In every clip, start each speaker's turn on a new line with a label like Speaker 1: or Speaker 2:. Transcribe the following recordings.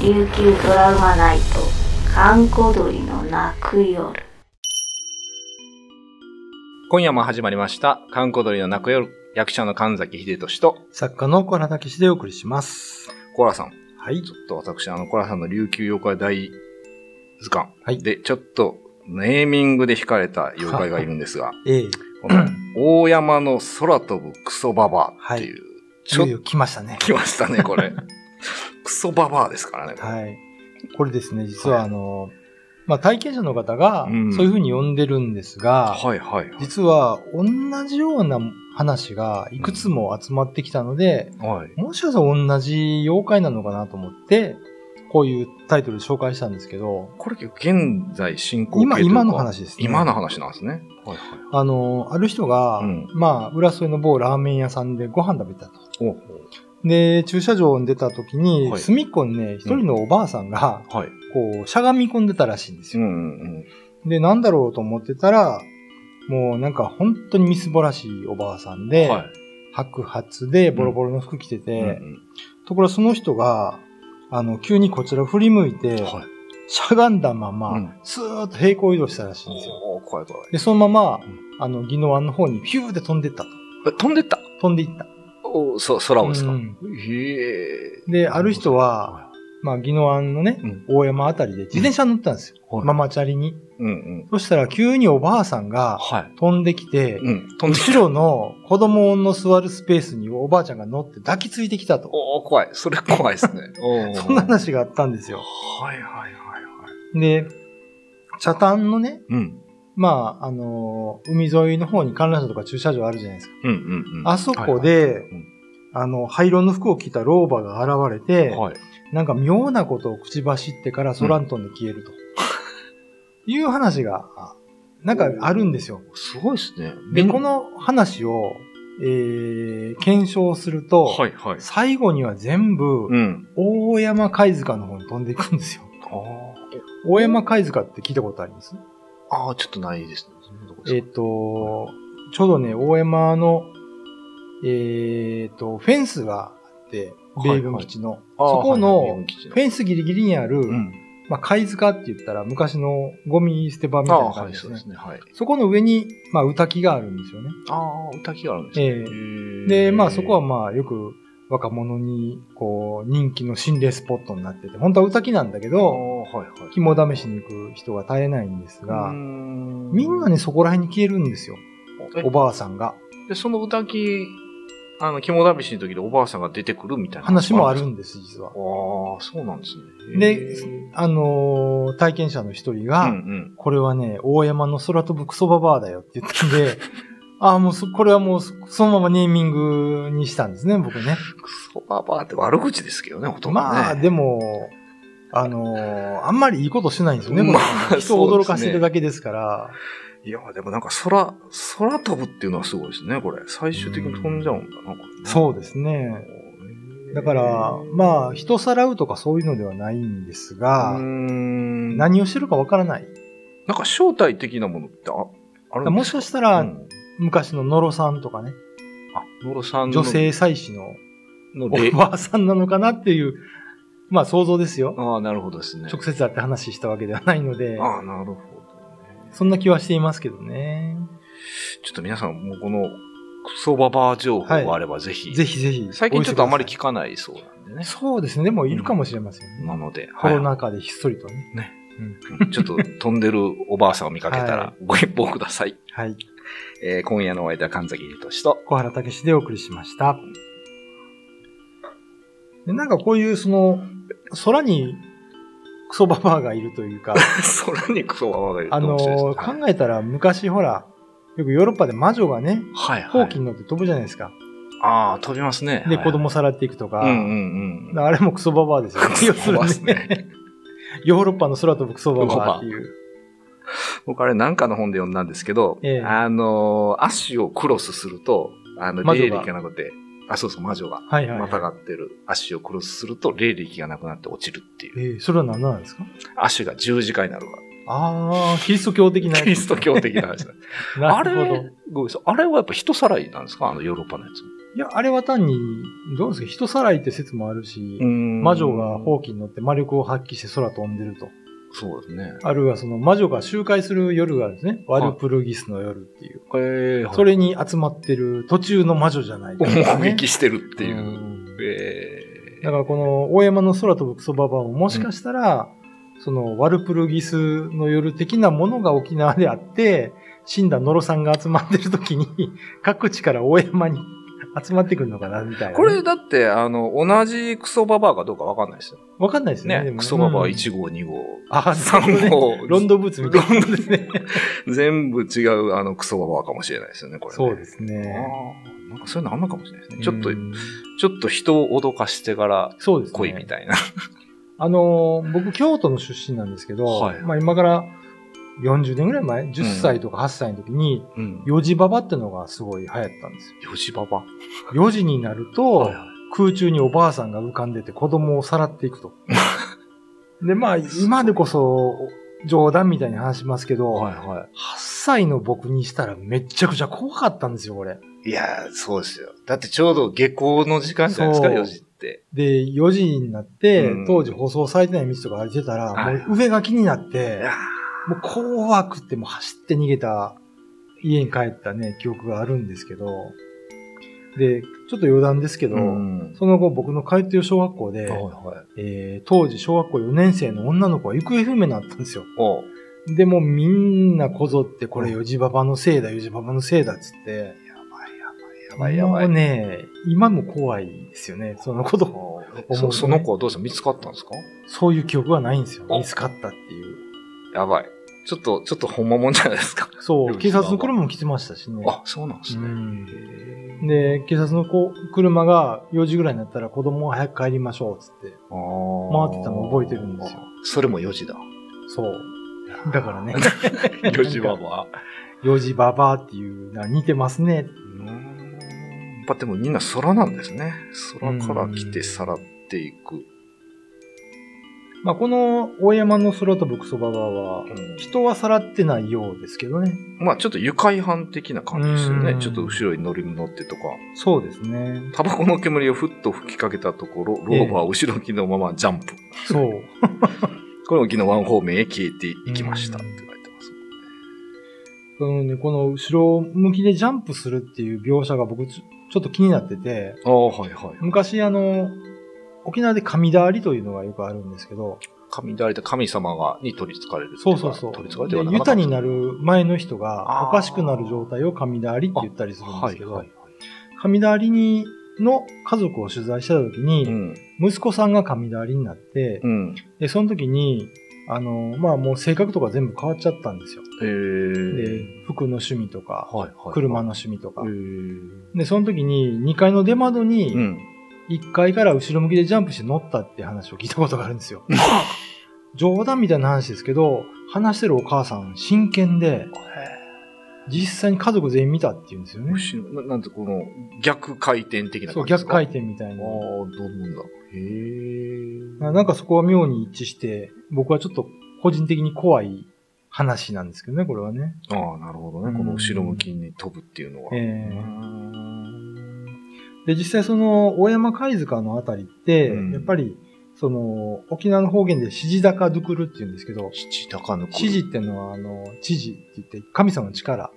Speaker 1: 琉球ドラマナイト閑古鳥の泣く夜
Speaker 2: 今夜も始まりました、観光鳥の泣く夜、役者の神崎秀俊と、
Speaker 3: 作家の小原武史でお送りします。
Speaker 2: コラさん。
Speaker 3: はい
Speaker 2: ち。ょっと私、あの、コラさんの琉球妖怪大図鑑。
Speaker 3: はい
Speaker 2: で、ちょっと、ネーミングで惹かれた妖怪がいるんですが、
Speaker 3: ええ。
Speaker 2: この、大山の空飛ぶクソババアっていう、ちょ
Speaker 3: いよ
Speaker 2: っ
Speaker 3: いよ来ましたね
Speaker 2: と。来ましたね、こ れ。クソババアですからね、これ
Speaker 3: はい。これですね、実はあの、まあ、体験者の方が
Speaker 2: うん、
Speaker 3: そういうふうに呼んでるんですが、
Speaker 2: はいはいはい。
Speaker 3: 実は、同じような話がいくつも集まってきたので、
Speaker 2: はい。
Speaker 3: もしかしたら同じ妖怪なのかなと思って、こういうタイトルで紹介したんですけど、
Speaker 2: これ結構現在進行形
Speaker 3: 今、
Speaker 2: というか
Speaker 3: 今の話ですね。
Speaker 2: 今の話なんですね。はいはい。
Speaker 3: あの、ある人が、
Speaker 2: うん
Speaker 3: まあ、浦添の某ラーメン屋さんでご飯食べてたと。
Speaker 2: お
Speaker 3: で、駐車場に出た時に、
Speaker 2: はい
Speaker 3: 隅っこにね、一人のおばあさんが、
Speaker 2: はい。
Speaker 3: こう、しゃがみ込んでたらしいんです
Speaker 2: う
Speaker 3: よ。
Speaker 2: んうんうん。
Speaker 3: で、なんだろうと思ってたら、もうなんか本当にみすぼらしいおばあさんで、
Speaker 2: はい。
Speaker 3: 白髪でボロボロの服着てて、
Speaker 2: うんうん
Speaker 3: ところがその人が、あの、急にこちら振り向い
Speaker 2: は
Speaker 3: て、
Speaker 2: い。
Speaker 3: しゃがんだまま、
Speaker 2: うん
Speaker 3: スーッと平行移動したらしいんですよ。
Speaker 2: おー怖い怖い。
Speaker 3: で、そのまま
Speaker 2: うん、
Speaker 3: あの、宜野湾の方にピューって飛んでったと。
Speaker 2: え飛んでった
Speaker 3: 飛んでいった。
Speaker 2: おそ空をですか、
Speaker 3: うん
Speaker 2: へえ。
Speaker 3: で、ある人は、まあ、宜野湾のね、
Speaker 2: うん
Speaker 3: 大山あたりで自転車に乗ってたんですよ。
Speaker 2: はい、
Speaker 3: ママチャリに。
Speaker 2: うんうん。
Speaker 3: そしたら急におばあさんが
Speaker 2: はい。
Speaker 3: 飛んできて、
Speaker 2: うん。飛んでき
Speaker 3: 後
Speaker 2: た。
Speaker 3: ろの子供の座るスペースにおばあちゃんが乗って抱きついてきたと。
Speaker 2: おお怖い。それ怖いですね。おー
Speaker 3: そんな話があったんですよ。
Speaker 2: はいはいはいはい。
Speaker 3: で、茶炭のね、
Speaker 2: うん。
Speaker 3: まあ、あのー海沿いの方に観覧車とか駐車場あるじゃないですか。
Speaker 2: うんうんうん。
Speaker 3: あそこ
Speaker 2: は
Speaker 3: で
Speaker 2: うん、
Speaker 3: あの、灰色の服を着た老婆が現れ
Speaker 2: い
Speaker 3: て、
Speaker 2: はい、はい。
Speaker 3: なんか妙なことを口走ってから空に飛んで消えると。いう話が、あなんかあるんですよ。
Speaker 2: すごいですね。
Speaker 3: で、
Speaker 2: みん
Speaker 3: こ、の話を、えー、検証すると、
Speaker 2: はいはい。
Speaker 3: 最後には全部
Speaker 2: う、ん。
Speaker 3: 大山貝塚の方に飛んでいくんですよ。
Speaker 2: あ ー
Speaker 3: 大山貝塚って聞いたことあります
Speaker 2: あー、ちょっとないですね。そんなとこです
Speaker 3: えっ、と、ちょうどね、大山の、えっ、と、フェンスがあって、米軍基地の。
Speaker 2: あー
Speaker 3: そこ
Speaker 2: はいはい
Speaker 3: の、
Speaker 2: 基地の
Speaker 3: フェンスギリギリにある、
Speaker 2: うん。
Speaker 3: まあ、貝塚って言ったら昔のゴミ捨て場み
Speaker 2: あ
Speaker 3: たい
Speaker 2: あー、
Speaker 3: な
Speaker 2: は
Speaker 3: 感
Speaker 2: い、
Speaker 3: じです
Speaker 2: そう
Speaker 3: ね。
Speaker 2: ですね。はい。
Speaker 3: そこの上に、まあ、歌木があるんですよね。
Speaker 2: ああ、歌きがあるんです
Speaker 3: え
Speaker 2: ね。
Speaker 3: え
Speaker 2: へえ
Speaker 3: で、まあ、そこはまあ、よく若者に、こう、人気の心霊スポットになってて、本当は歌木なんだけ
Speaker 2: あ
Speaker 3: ど、
Speaker 2: あ、はいはい。
Speaker 3: 肝試しに行く人が絶えないんですが、
Speaker 2: み
Speaker 3: みんなね、そこら辺に消えるんですよ。お
Speaker 2: お
Speaker 3: ばあさんが。
Speaker 2: で、その歌き、あの、肝試しの時でおばあさんが出てくるみたいな
Speaker 3: 話もある
Speaker 2: んで
Speaker 3: んです、実は
Speaker 2: す。か。ああ、そうなんですね。
Speaker 3: で
Speaker 2: へー
Speaker 3: あのー体験者の一人
Speaker 2: う
Speaker 3: が、
Speaker 2: ん
Speaker 3: これはね、大山の空飛ぶクソババアだよって言った んで、ああ、もうそ、これはもうそ、そのままネーミングにしたんですね、僕ね。
Speaker 2: うん。クソババアって悪口ですけどね、ほとんどね。
Speaker 3: まあ、でも、あのーあんまりいいことしないんですよね、
Speaker 2: まあ
Speaker 3: これ人
Speaker 2: そう
Speaker 3: を
Speaker 2: で
Speaker 3: 驚
Speaker 2: すね
Speaker 3: かしてるだけですから。
Speaker 2: いや、でもなんか空、空飛ぶっていうのはすごいですね、これ。最終的に飛んじゃうんだな、これ。
Speaker 3: そう
Speaker 2: で
Speaker 3: ですね。だから、まあ、人さらうとかそういうのではないんです
Speaker 2: うー
Speaker 3: が、
Speaker 2: ん。なん
Speaker 3: 何をしてるかわからない。
Speaker 2: か正体的なものってああるんで
Speaker 3: も
Speaker 2: す
Speaker 3: し
Speaker 2: か
Speaker 3: かした
Speaker 2: う
Speaker 3: ら、
Speaker 2: ん
Speaker 3: 昔の野呂さんとかね、
Speaker 2: あ、野呂さんの
Speaker 3: 女性祭祀の
Speaker 2: の
Speaker 3: お
Speaker 2: 霊。
Speaker 3: ばあさんなのかなっていう、まあ想像ですよ。
Speaker 2: ああ、なるほどですね。
Speaker 3: 直接会って話したわけではないので、
Speaker 2: ああ、なるほどね。
Speaker 3: そんな気はしていますけどね。
Speaker 2: ちょっと皆さんもうこのクソババア情報があればぜひ、
Speaker 3: ぜひぜひ。
Speaker 2: 最近ちょっとあまり
Speaker 3: お寄せ
Speaker 2: 聞
Speaker 3: く
Speaker 2: かないそうなんで
Speaker 3: だ
Speaker 2: ね。
Speaker 3: さいそうですね。でもいるかもしれませんね。
Speaker 2: なので、
Speaker 3: コロ
Speaker 2: は
Speaker 3: ナ禍でひっそりとね。
Speaker 2: い、ちょっと飛んでるおばあさんを見かけたら
Speaker 3: は
Speaker 2: ご一報ください。
Speaker 3: はい。
Speaker 2: えー今夜のお相手は神崎秀俊 と。
Speaker 3: 小原武史でお送りしました。でなんかこういうその、空にクソババアがいると いうか、
Speaker 2: 空にクソババアがいる
Speaker 3: あ
Speaker 2: と
Speaker 3: の
Speaker 2: 面白いですね。
Speaker 3: 考えたら昔ほら、よくヨーロッパで魔女がね、
Speaker 2: はい、
Speaker 3: 飛
Speaker 2: は
Speaker 3: 行
Speaker 2: い
Speaker 3: 機。に乗って飛ぶじゃないですか。
Speaker 2: ああ、飛びますね。
Speaker 3: で、
Speaker 2: はい
Speaker 3: 子。供さらっていくとか、
Speaker 2: うんうんうん。
Speaker 3: あれもクソババアで すよね。 要す
Speaker 2: バ
Speaker 3: る
Speaker 2: バアっす
Speaker 3: にね、
Speaker 2: ね。
Speaker 3: ヨーロッパの空飛ぶクソババアっていう。
Speaker 2: 僕あれなんかの本で読んだんですけど、
Speaker 3: ええ
Speaker 2: あのー、足をクロスすると、あの、
Speaker 3: 魔女
Speaker 2: 霊
Speaker 3: が
Speaker 2: 力がなくて、あ、そうそう、魔女が。
Speaker 3: はいはい、
Speaker 2: またがってる足をクロスすると霊力がなくなって落ちるっていう。
Speaker 3: えーそれは何なんですか
Speaker 2: 足が十字架になるわ。
Speaker 3: ああ、キリスト教的なやつ。
Speaker 2: キリスト教的な話だ。
Speaker 3: な
Speaker 2: あれ
Speaker 3: るほど。、
Speaker 2: ごめんなさい。あれはやっぱ人さらいなんですかあのヨーロッパのやつ。
Speaker 3: いや、あれは単に、どうですか、人さらいって説もあるし、魔
Speaker 2: 魔
Speaker 3: 女が放棄に乗って魔力を発揮して空飛んでると。
Speaker 2: そうですね。
Speaker 3: あるいはその魔女が集会する夜があるんですね。ワルプルギスの夜っていう。
Speaker 2: えー
Speaker 3: それに集まってる途中の魔女じゃないですか、
Speaker 2: 攻
Speaker 3: ね。
Speaker 2: 撃してるっていうう。
Speaker 3: ん
Speaker 2: え
Speaker 3: だからこの大山の空飛ぶクソババアももしかしたら、そのワルプルギスの夜的なものが沖縄であって、死んだ野呂さんが集まってる時に、 各地から大山に集まってくるのかな、みたいなね、
Speaker 2: ーこれだって、あの、同じクソババアかどうかわかんないですよ。
Speaker 3: わかんないですよね。で
Speaker 2: ね。
Speaker 3: も
Speaker 2: クソババア
Speaker 3: うん
Speaker 2: 1号、2号、
Speaker 3: あ、
Speaker 2: 3
Speaker 3: そうね
Speaker 2: 号。
Speaker 3: ロンドブーツみたい
Speaker 2: ロン
Speaker 3: な。
Speaker 2: ドですね。全部違う、あの、クソババアかもしれないですよね、これ、
Speaker 3: そうです
Speaker 2: あ
Speaker 3: ね。
Speaker 2: ーなんかそういうのあんのかもしれないですね。ちょっと、
Speaker 3: うん
Speaker 2: ちょっと人を脅かしてから
Speaker 3: そうですね。
Speaker 2: 来いみたいな。
Speaker 3: あのー、僕、京都の出身なんですけど、
Speaker 2: はい
Speaker 3: まあ今から40年ぐらい前、10歳とか8歳の時に、
Speaker 2: うん。
Speaker 3: 四字ババってのがすごい流行ったんですよ。
Speaker 2: よしババ
Speaker 3: 四字になる
Speaker 2: ア。
Speaker 3: と、空中におばあさんが浮かんでて子供をさらってい くと。で、まあ今でこそ冗談みたいに話しますけど、
Speaker 2: はいは
Speaker 3: 8歳の僕にしたらめちゃくちゃ怖かったんですよ、これ。
Speaker 2: い。いやー、そうですよ。だってちょうど下校の時間じゃないですか、
Speaker 3: そう
Speaker 2: 4時って。
Speaker 3: で、4時になって、
Speaker 2: うん
Speaker 3: 当時放送されてない道とか歩いてたら、
Speaker 2: はい
Speaker 3: もう上が気になっ
Speaker 2: い
Speaker 3: て、
Speaker 2: や
Speaker 3: もう怖くてもう走って逃げた、家に帰ったね、記憶があるんですけど、で、ちょっと余談ですけ
Speaker 2: ー
Speaker 3: ど、
Speaker 2: うん。
Speaker 3: その後僕の通っている小学校で、
Speaker 2: はいはい。
Speaker 3: えー当時小学校4年生の女の子は行方不明になったんですよ。
Speaker 2: おう
Speaker 3: で、もうみんなこぞってこれよじばばのせいだ、よじばばのせいだっつって、
Speaker 2: やばいやばい
Speaker 3: もう。ね、今も怖いですよね、そのことを。
Speaker 2: え
Speaker 3: 思う
Speaker 2: そそ
Speaker 3: ね
Speaker 2: の子はどうした見つかったんですか
Speaker 3: そういう記憶はないんですよ。
Speaker 2: お
Speaker 3: 見つかったっていう。
Speaker 2: やばい。ちょっと、ちょっとほんまもんじゃないですか。
Speaker 3: そ
Speaker 2: で
Speaker 3: う、
Speaker 2: も
Speaker 3: 警察の車も来てましたしね。
Speaker 2: あ、そうなんです
Speaker 3: う
Speaker 2: ね。
Speaker 3: ん
Speaker 2: へー
Speaker 3: で、警察のこ車が4時ぐらいになったら子供は早く帰りましょうっつって。
Speaker 2: あー
Speaker 3: 回ってたの覚えてるんですよ。
Speaker 2: それも4時だ。
Speaker 3: そう。だからね、
Speaker 2: 4時はば。
Speaker 3: 4時ババアっていうのは似てますね。
Speaker 2: うーんやっぱでもみんな空なんですね。空から来てさらっていく。
Speaker 3: まあ、この大山の空飛ぶクソババアは、
Speaker 2: うん
Speaker 3: 人はさらってないようですけどね。
Speaker 2: まあちょっと愉快犯的な感じですよね
Speaker 3: う。ん
Speaker 2: ちょっと後ろに乗りに乗ってとか。
Speaker 3: そうですね。
Speaker 2: タバコの煙をふっと吹きかけたところ、ローバーを後ろ向きのままジャンプ。
Speaker 3: そう。
Speaker 2: これも昨日ワン方面へ消えていきましたって書いてます。
Speaker 3: そのね、この後ろ向きでジャンプするっていう描写が僕ちょちょっと気になってて、
Speaker 2: ああ、はいはい。
Speaker 3: 昔あの、沖縄で神だわりというのがよくあるんですけど、
Speaker 2: 神であれて神様がに取り憑かれるっていか。
Speaker 3: そうそうそう。
Speaker 2: 取り憑かれて
Speaker 3: で
Speaker 2: はなかな
Speaker 3: ユ
Speaker 2: か
Speaker 3: タになる前の人が
Speaker 2: あー
Speaker 3: おかしくなる状態を神だわりって言ったりするんで
Speaker 2: は
Speaker 3: す
Speaker 2: い
Speaker 3: けど、
Speaker 2: はい。
Speaker 3: 神だわりにの家族を取材した時に、
Speaker 2: うん。
Speaker 3: 息子さんが神だわりになって、
Speaker 2: うん。
Speaker 3: で、その時に、あの、まあもう性格とか全部変わっちゃったんですよ。
Speaker 2: え
Speaker 3: で
Speaker 2: ー。、
Speaker 3: 服の趣味とか、
Speaker 2: はいはい。
Speaker 3: 車の趣味と
Speaker 2: え
Speaker 3: か。
Speaker 2: ー。
Speaker 3: で、その時に2階の出窓
Speaker 2: う
Speaker 3: に
Speaker 2: ん。
Speaker 3: 1階から後ろ向きでジャンプして乗ったって話を聞いたことがあるんですよ。冗談みたいな話ですけど、話してるお母さん真剣で、実際に家族全員見たって言うんですよね。
Speaker 2: 後ろななんてこの逆回転的な
Speaker 3: そう、
Speaker 2: 感じです
Speaker 3: 逆
Speaker 2: か
Speaker 3: 回
Speaker 2: 転。
Speaker 3: 転みた
Speaker 2: あ
Speaker 3: い
Speaker 2: あ、
Speaker 3: な。
Speaker 2: どうなんだ。へえ。
Speaker 3: なんかそこは妙に一致して、僕はちょっと個人的に怖い話なんですけどね、これはね。
Speaker 2: ああ、なるほどね。この後ろ向きに飛ぶっていうのは。
Speaker 3: え
Speaker 2: う
Speaker 3: え
Speaker 2: ー
Speaker 3: で、実際その、大山貝塚のあたりって、
Speaker 2: うん
Speaker 3: やっぱり、その、沖縄の方言で、シジダカドゥクルって言うんですけど、
Speaker 2: 七高の
Speaker 3: シジってのは、あの、知事って言って、神様の力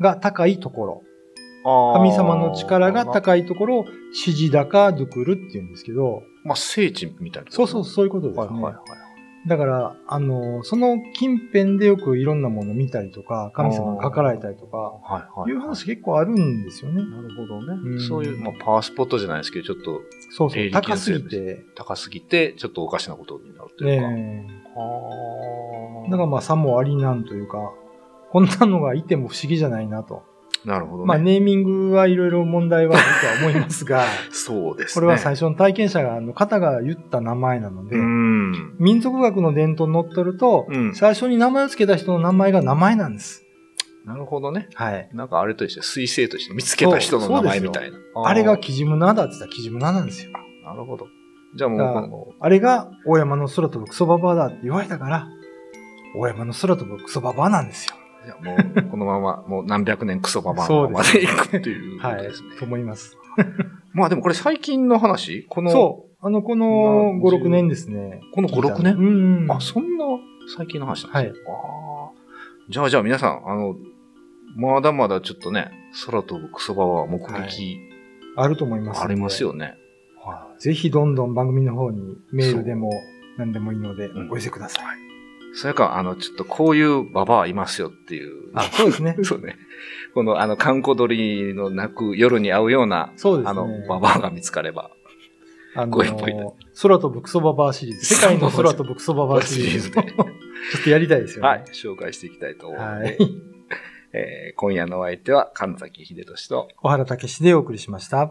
Speaker 3: が高いところ、神様の力が
Speaker 2: い。
Speaker 3: 高いところを、シジダカドゥクルって言うんですけど、
Speaker 2: まあ、聖地みたいな。
Speaker 3: そうそう、
Speaker 2: そ
Speaker 3: そういうことです
Speaker 2: はい
Speaker 3: ね。
Speaker 2: はいはい。
Speaker 3: だから、あの、その近辺でよくいろんなもの見たりとか、神様がかかられたりとか、
Speaker 2: はいはい。
Speaker 3: いう話結構あるんですよね。
Speaker 2: なるほどね。
Speaker 3: うん
Speaker 2: そういう、まあ、パワースポットじゃないですけど、ちょっと
Speaker 3: そうそ
Speaker 2: えー
Speaker 3: う、高すぎて。
Speaker 2: 高すぎて、ちょっとおかしなことになるというか。
Speaker 3: ねえ
Speaker 2: はあ
Speaker 3: だからまあ、さもありなんというか、こんなのがいても不思議じゃないなと。
Speaker 2: なるほど
Speaker 3: まあ、
Speaker 2: ね。
Speaker 3: ネーミングはいろいろ問題はあるとは思いま すが、
Speaker 2: そうです
Speaker 3: こ
Speaker 2: ね。
Speaker 3: れは最初の体験者が、あの、方が言った名前なので、
Speaker 2: うん。
Speaker 3: 民族学の伝統に則っとると、
Speaker 2: うん
Speaker 3: 最初に名前を付けた人の名前が名前なんです。
Speaker 2: なるほどね。
Speaker 3: はい。
Speaker 2: なんかあれと一緒、水星として見つけた人の名前みたいな。ー
Speaker 3: あれがキジムナーだって言ったらキジムナーなんですよ。
Speaker 2: なるほど。じゃあ
Speaker 3: だ
Speaker 2: もう
Speaker 3: から
Speaker 2: この、
Speaker 3: あれが大山の空飛ぶクソババアだって言われたから、大山の空飛ぶクソババアなんですよ。
Speaker 2: いや、もう、このまま、もう何百年クソババア
Speaker 3: そ
Speaker 2: の
Speaker 3: う
Speaker 2: まま
Speaker 3: です
Speaker 2: でいくっていうこ
Speaker 3: は
Speaker 2: と
Speaker 3: い
Speaker 2: ですね。。
Speaker 3: と思います。
Speaker 2: まあでもこれ最近の話この、
Speaker 3: そう。あの、この
Speaker 2: まあ
Speaker 3: 5、6年ですね。
Speaker 2: この5、6年
Speaker 3: うんうん。
Speaker 2: あ、そんな最近の話なんですか、ああ。じゃあじゃあ皆さん、あの、まだまだちょっとね、空飛ぶクソババア目
Speaker 3: は
Speaker 2: 撃
Speaker 3: あると思います。
Speaker 2: あります。よね。
Speaker 3: はいぜひどんどん番組の方にメールでも何でもいいので
Speaker 2: うん
Speaker 3: お寄せください。
Speaker 2: それか、あの、ちょっとこういうババアいますよっていう。。
Speaker 3: あ、そうですね
Speaker 2: そうね。この、あの、観光鳥の鳴く夜に会うような、
Speaker 3: そうですね。
Speaker 2: あの、ババアが見つかれば。
Speaker 3: あの
Speaker 2: ご一報いただい
Speaker 3: ー、空飛ぶクソババアシリーズ。世界の空飛ぶクソババアシリーズ。
Speaker 2: バ
Speaker 3: ちょ
Speaker 2: バアシ
Speaker 3: っとやりたいですよ ね。
Speaker 2: はい。。紹介していきたいと思うの
Speaker 3: は
Speaker 2: で、
Speaker 3: い。
Speaker 2: えー今夜のお相手は、神崎秀俊と、
Speaker 3: 小原武史でお送りしました。